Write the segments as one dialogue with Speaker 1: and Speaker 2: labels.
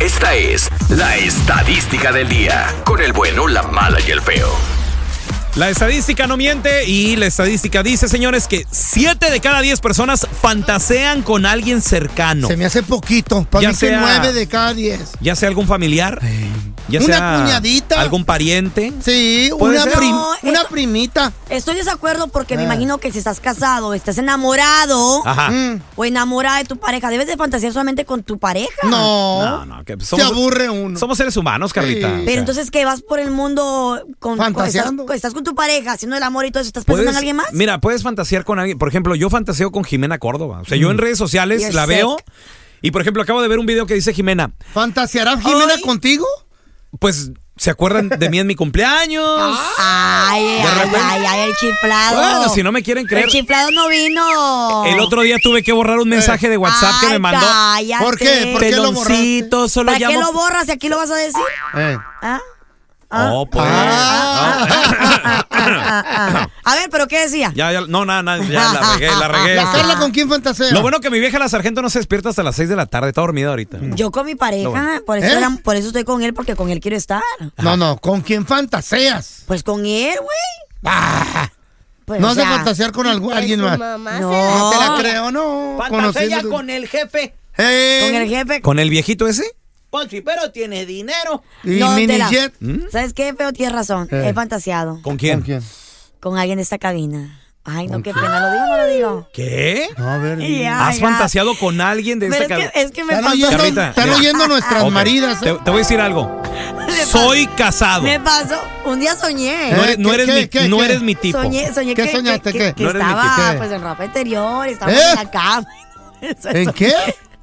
Speaker 1: Esta es la estadística del día, con el bueno, la mala y el feo.
Speaker 2: La estadística no miente y la estadística dice, señores, que 7 de cada 10 personas fantasean con alguien cercano.
Speaker 3: Se me hace poquito. Para
Speaker 2: Ya
Speaker 3: mí que
Speaker 2: sea-
Speaker 3: 9 de cada 10.
Speaker 2: Ya sea algún familiar, ya
Speaker 3: Una
Speaker 2: sea
Speaker 3: cuñadita.
Speaker 2: algún pariente.
Speaker 3: Sí,
Speaker 2: Puede
Speaker 3: una,
Speaker 2: ser.
Speaker 3: prim-
Speaker 4: No, eh.
Speaker 3: una
Speaker 4: eso-
Speaker 3: primita.
Speaker 4: Estoy de desacuerdo porque me
Speaker 3: Ah.
Speaker 4: imagino que si estás casado, estás enamorado
Speaker 2: Ajá.
Speaker 3: Mm,
Speaker 4: o enamorada de tu pareja, debes de fantasear solamente con tu pareja.
Speaker 3: No.
Speaker 2: Ah. No, no, que
Speaker 3: Se
Speaker 2: somos,
Speaker 3: aburre uno.
Speaker 2: somos seres humanos, Carlita.
Speaker 3: Sí.
Speaker 2: O sea,
Speaker 4: Pero entonces que vas por el mundo con, con-
Speaker 3: Fantaseando.
Speaker 4: estás, estás con tu pareja, haciendo el amor y todo eso, estás pensando en
Speaker 2: puedes-
Speaker 4: alguien más.
Speaker 2: Mira, puedes fantasear con alguien. Por ejemplo, yo fantaseo con Jimena Córdoba. O sea,
Speaker 3: Mm.
Speaker 2: yo en redes sociales
Speaker 4: You're
Speaker 2: la
Speaker 4: sick.
Speaker 2: veo. Y por ejemplo, acabo de ver un video que dice Jimena,
Speaker 3: ¿Fantaseará Jimena
Speaker 2: Ay.
Speaker 3: contigo?
Speaker 2: pues, ¿se acuerdan de mí en mi cumpleaños?
Speaker 4: Ah. Ay, ay,
Speaker 2: repente-
Speaker 4: ay, ay, el chiflado.
Speaker 2: Bueno, si no me quieren creer.
Speaker 4: El chiflado no vino.
Speaker 2: El otro día tuve que borrar un mensaje de WhatsApp que
Speaker 4: Ay,
Speaker 2: me mandó.
Speaker 4: cállate.
Speaker 3: ¿Por qué? ¿Por qué? lo
Speaker 2: Peloncito, solo
Speaker 4: ¿Para qué
Speaker 2: llamo.
Speaker 4: lo borras si aquí lo vas a decir?
Speaker 3: Eh.
Speaker 4: ¿Ah? ¿Ah?
Speaker 2: Oh, pues.
Speaker 4: Ah, ah, ah. A ver, ¿pero qué decía?
Speaker 2: Ya, ya, no, nada, nada, ya la regué, la regué.
Speaker 3: ¿La Carla con quién fantasea?
Speaker 2: Lo bueno que mi vieja la sargento no se despierta hasta las 6 de la tarde, está dormida ahorita.
Speaker 4: Yo con mi pareja,
Speaker 2: No, bueno.
Speaker 4: por, eso
Speaker 3: ¿Eh?
Speaker 4: era- por eso estoy con él, porque con él quiero estar.
Speaker 3: No, no, ¿con quién fantaseas?
Speaker 4: Pues con él, güey. Pues,
Speaker 3: No
Speaker 4: o
Speaker 3: has de
Speaker 4: sea,
Speaker 3: fantasear con algu- alguien más.
Speaker 4: No.
Speaker 3: No te la creo, no. Conociéndote.
Speaker 5: el jefe.
Speaker 3: Eh,
Speaker 4: Con el jefe.
Speaker 2: ¿Con el viejito ese?
Speaker 4: Pues
Speaker 5: Ponchi, pero tiene dinero.
Speaker 3: Y
Speaker 4: No,
Speaker 3: mini
Speaker 4: tela.
Speaker 3: jet.
Speaker 4: ¿Sabes qué, feo? Tienes razón.
Speaker 3: Eh.
Speaker 4: He fantaseado
Speaker 2: ¿Con quién?
Speaker 3: ¿Con quién?
Speaker 4: con alguien de esta cabina. Ay, no, qué pena. ¿Lo digo o no lo digo?
Speaker 2: ¿Qué?
Speaker 3: No, a ver. dime.
Speaker 4: Ya,
Speaker 2: ¿Has
Speaker 4: ya.
Speaker 2: fantaseado con alguien de
Speaker 4: Pero
Speaker 2: esta
Speaker 4: es que, es que me
Speaker 3: Están
Speaker 4: pasó.
Speaker 3: oyendo,
Speaker 2: Carlita,
Speaker 3: están
Speaker 2: mira.
Speaker 3: oyendo nuestras
Speaker 2: Ok.
Speaker 3: maridas.
Speaker 2: Te,
Speaker 3: ¿eh?
Speaker 2: te voy a decir algo.
Speaker 4: Le
Speaker 2: Soy casado.
Speaker 4: Me pasó. Un día soñé.
Speaker 2: No eres, no
Speaker 3: ¿Qué,
Speaker 2: eres
Speaker 3: qué,
Speaker 2: mi,
Speaker 3: qué,
Speaker 2: no
Speaker 3: qué?
Speaker 2: eres mi tipo.
Speaker 4: Soñé, soñé
Speaker 3: ¿Qué
Speaker 4: que,
Speaker 3: soñaste?
Speaker 4: que-
Speaker 3: ¿Qué?
Speaker 4: que- que
Speaker 2: No eres mi
Speaker 4: estaba
Speaker 2: tipo.
Speaker 4: pues en ropa interior, estaba
Speaker 3: ¿Eh?
Speaker 4: en la cama. Eso-
Speaker 3: ¿En
Speaker 4: eso-
Speaker 3: qué?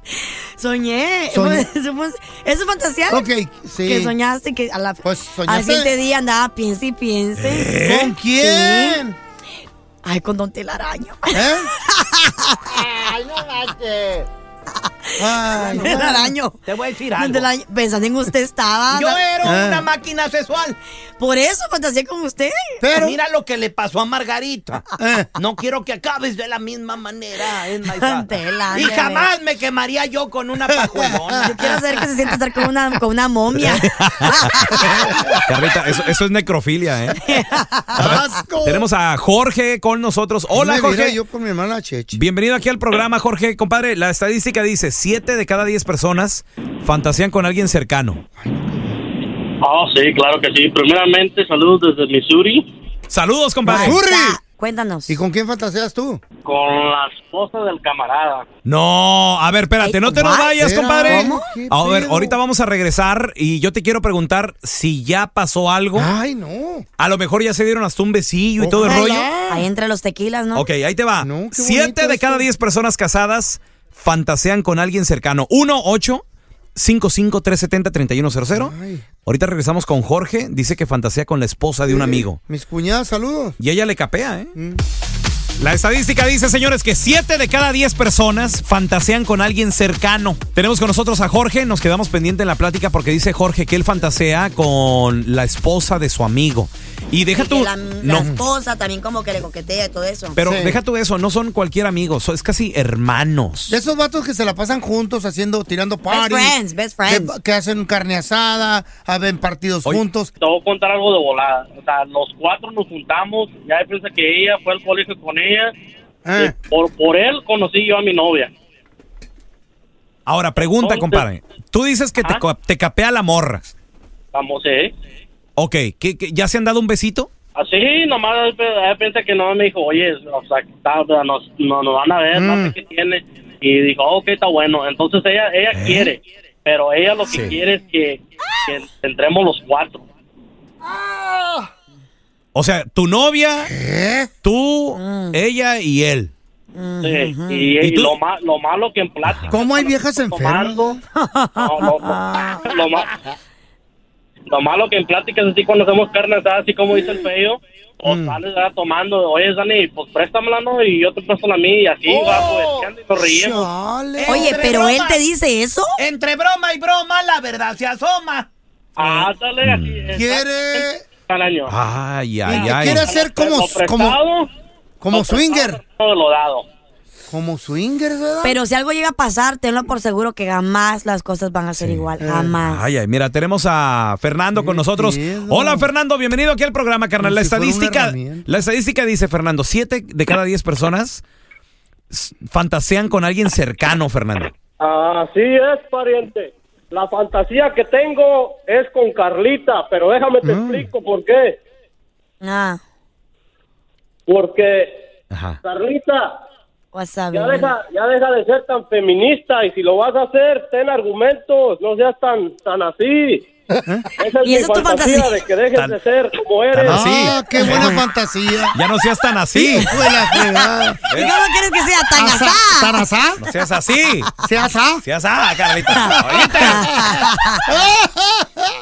Speaker 4: Soñé.
Speaker 3: Soñé.
Speaker 4: Eso fue- eso es fantasía.
Speaker 3: Ok, sí.
Speaker 4: Que soñaste que a la,
Speaker 3: Pues,
Speaker 4: al
Speaker 3: ¿soñaste? Eh.
Speaker 4: siguiente día andaba piense y piense.
Speaker 2: ¿Eh?
Speaker 3: ¿Con quién?
Speaker 4: Ay, con Don Telaraño.
Speaker 3: ¿Eh? Ay, no manches.
Speaker 4: Telaraño.
Speaker 5: Te voy a decir
Speaker 4: Don
Speaker 5: algo.
Speaker 4: Telaraño. Pensando en usted estaba.
Speaker 5: Yo era
Speaker 3: Ah.
Speaker 5: una máquina sexual.
Speaker 4: Por eso fantaseé con usted.
Speaker 3: Pero,
Speaker 5: Mira lo que le pasó a Margarita.
Speaker 4: Ah.
Speaker 3: Eh.
Speaker 5: No quiero que acabes de la misma manera, enmaizada.
Speaker 4: Tela,
Speaker 5: Y
Speaker 4: ándale.
Speaker 5: jamás me quemaría yo con una
Speaker 4: Yo
Speaker 5: pajuelona.
Speaker 4: quiero saber que se siente estar con una, con una momia.
Speaker 2: Carlita, eso, eso es necrofilia, ¿eh?
Speaker 3: asco.
Speaker 2: Tenemos a Jorge con nosotros. Hola,
Speaker 3: Me
Speaker 2: Jorge.
Speaker 3: mira Yo con mi hermana Chechi.
Speaker 2: Bienvenido aquí al programa, Jorge. Compadre, la estadística dice 7 de cada 10 personas fantasean con alguien cercano.
Speaker 6: Oh, sí, claro que sí. Primeramente, saludos desde Missouri
Speaker 2: Saludos, compadre.
Speaker 3: Mazur. ¡Turri!
Speaker 4: Ah, Cuéntanos.
Speaker 3: ¿Y con quién fantaseas tú?
Speaker 6: con la esposa del camarada.
Speaker 2: No, a ver, espérate, no te nos
Speaker 4: Ey, what?
Speaker 2: vayas,
Speaker 3: Espera,
Speaker 2: compadre.
Speaker 3: ¿cómo? ¿Qué
Speaker 2: A ver,
Speaker 3: pedo?
Speaker 2: ahorita vamos a regresar y yo te quiero preguntar si ya pasó algo.
Speaker 3: Ay, no.
Speaker 2: A lo mejor ya se dieron hasta un besillo y todo el rollo.
Speaker 3: Ah. Ojalá.
Speaker 4: Ahí entre los tequilas, ¿no?
Speaker 2: Ok, ahí te va.
Speaker 3: No, qué
Speaker 2: Siete
Speaker 3: bonito
Speaker 2: de cada
Speaker 3: esto.
Speaker 2: diez personas casadas fantasean con alguien cercano. 1 8 55 370 3100
Speaker 3: Ay.
Speaker 2: Ahorita regresamos con Jorge. Dice que fantasea con la esposa de un amigo.
Speaker 3: Mis cuñadas, saludos.
Speaker 2: Y ella le capea, ¿eh? La estadística dice, señores, que 7 de cada 10 personas fantasean con alguien cercano. Tenemos con nosotros a Jorge, nos quedamos pendiente en la plática porque dice Jorge que él fantasea con la esposa de su amigo. Y deja
Speaker 4: Y
Speaker 2: tú...
Speaker 4: que La, la
Speaker 2: no,
Speaker 4: esposa también como que le coquetea y todo eso.
Speaker 2: pero
Speaker 3: Sí.
Speaker 2: deja tú eso, no son cualquier amigo, son- es casi hermanos.
Speaker 3: De esos vatos que se la pasan juntos haciendo, tirando parties.
Speaker 4: friends, best friends.
Speaker 3: Que, que hacen carne asada, ah, ven partidos
Speaker 2: Oye.
Speaker 3: juntos.
Speaker 6: Te voy a contar algo de volada. O sea, los cuatro nos juntamos. Ya de piensa que ella fue al colegio con ella.
Speaker 3: Eh,
Speaker 6: Y por, por él conocí yo a mi novia.
Speaker 2: Ahora, pregunta,
Speaker 6: Entonces-
Speaker 2: compadre. Tú dices que te,
Speaker 6: ¿Ah?
Speaker 2: ca- te capea la morra.
Speaker 6: Vamos, ¿eh?
Speaker 2: Ok, ¿qué- qué- ya se han dado un besito?
Speaker 6: Así, nomás ella piensa que no me dijo, oye, o sea, que está- nos, no, nos van a ver, no sé qué tiene. Y dijo, ok, está bueno. Entonces ella ella quiere, pero ella lo que
Speaker 2: Sí.
Speaker 6: quiere es que, que entremos los cuatro.
Speaker 2: O sea, tu novia,
Speaker 3: ¿Eh?
Speaker 2: tú,
Speaker 4: Mm.
Speaker 2: ella y él.
Speaker 6: Sí, y,
Speaker 2: ¿Y
Speaker 6: y
Speaker 2: tú?
Speaker 6: lo, ma- lo malo que en plática.
Speaker 3: ¿Cómo hay viejas enfermas?
Speaker 6: tomando. No, no, no. Lo, ma- lo malo que en pláticas así cuando hacemos carne asada, así como dice el feo, o
Speaker 3: Mm.
Speaker 6: sales ah, tomando, oye Dani, pues préstamela, ¿no? Y yo te presto la mía y así va,
Speaker 3: Oh,
Speaker 6: pues, y nos reímos.
Speaker 3: Chale.
Speaker 4: Oye,
Speaker 5: Entre
Speaker 4: pero él
Speaker 5: bromas.
Speaker 4: te dice eso.
Speaker 5: Entre broma y broma, la verdad se asoma.
Speaker 6: Ah, dale, así es.
Speaker 3: Mm. Quiere,
Speaker 6: Al año.
Speaker 2: Ay,
Speaker 3: ¿Y
Speaker 2: ay,
Speaker 3: qué
Speaker 2: ay.
Speaker 3: quiere hacer como,
Speaker 6: Lo prestado,
Speaker 3: como,
Speaker 6: lo
Speaker 3: como
Speaker 6: prestado,
Speaker 3: swinger.
Speaker 6: no de lo dado.
Speaker 3: Como swingers, ¿verdad?
Speaker 4: Pero si algo llega a pasar, tenlo por seguro que jamás las cosas van a ser igual. Jamás.
Speaker 2: Ay, ay, mira, tenemos a Fernando con nosotros.
Speaker 3: pedo.
Speaker 2: Hola, Fernando, bienvenido aquí al programa, carnal.
Speaker 3: Como
Speaker 2: La
Speaker 3: si fuera una
Speaker 2: estadística,
Speaker 3: herramienta.
Speaker 2: la estadística dice, Fernando, siete de cada diez personas s- fantasean con alguien cercano, Fernando.
Speaker 6: Así es, pariente. La fantasía que tengo es con Carlita, pero déjame
Speaker 3: Mm.
Speaker 6: te explico por qué.
Speaker 4: Ah,
Speaker 6: Porque
Speaker 2: Ajá.
Speaker 6: Carlita
Speaker 4: what's up,
Speaker 6: ya
Speaker 2: Mm.
Speaker 4: baby?
Speaker 6: deja, ya deja de ser tan feminista y si lo vas a hacer, ten argumentos, no seas tan tan así. Esa es
Speaker 4: ¿Y
Speaker 6: mi
Speaker 4: esa es tu
Speaker 6: fantasía,
Speaker 4: fantasía?
Speaker 6: de que dejes
Speaker 2: Tan-
Speaker 6: de ser como eres.
Speaker 2: tan
Speaker 3: Ah,
Speaker 2: así.
Speaker 3: qué buena fantasía.
Speaker 2: Ya no seas tan así. ¿Eh?
Speaker 3: Hijo de la fregada.
Speaker 4: ¿Y cómo quieres que sea tan asá?
Speaker 3: ¿Tarazá?
Speaker 2: No seas así.
Speaker 3: ¿Se asa?
Speaker 2: Seas asada, Carlita. Ahorita.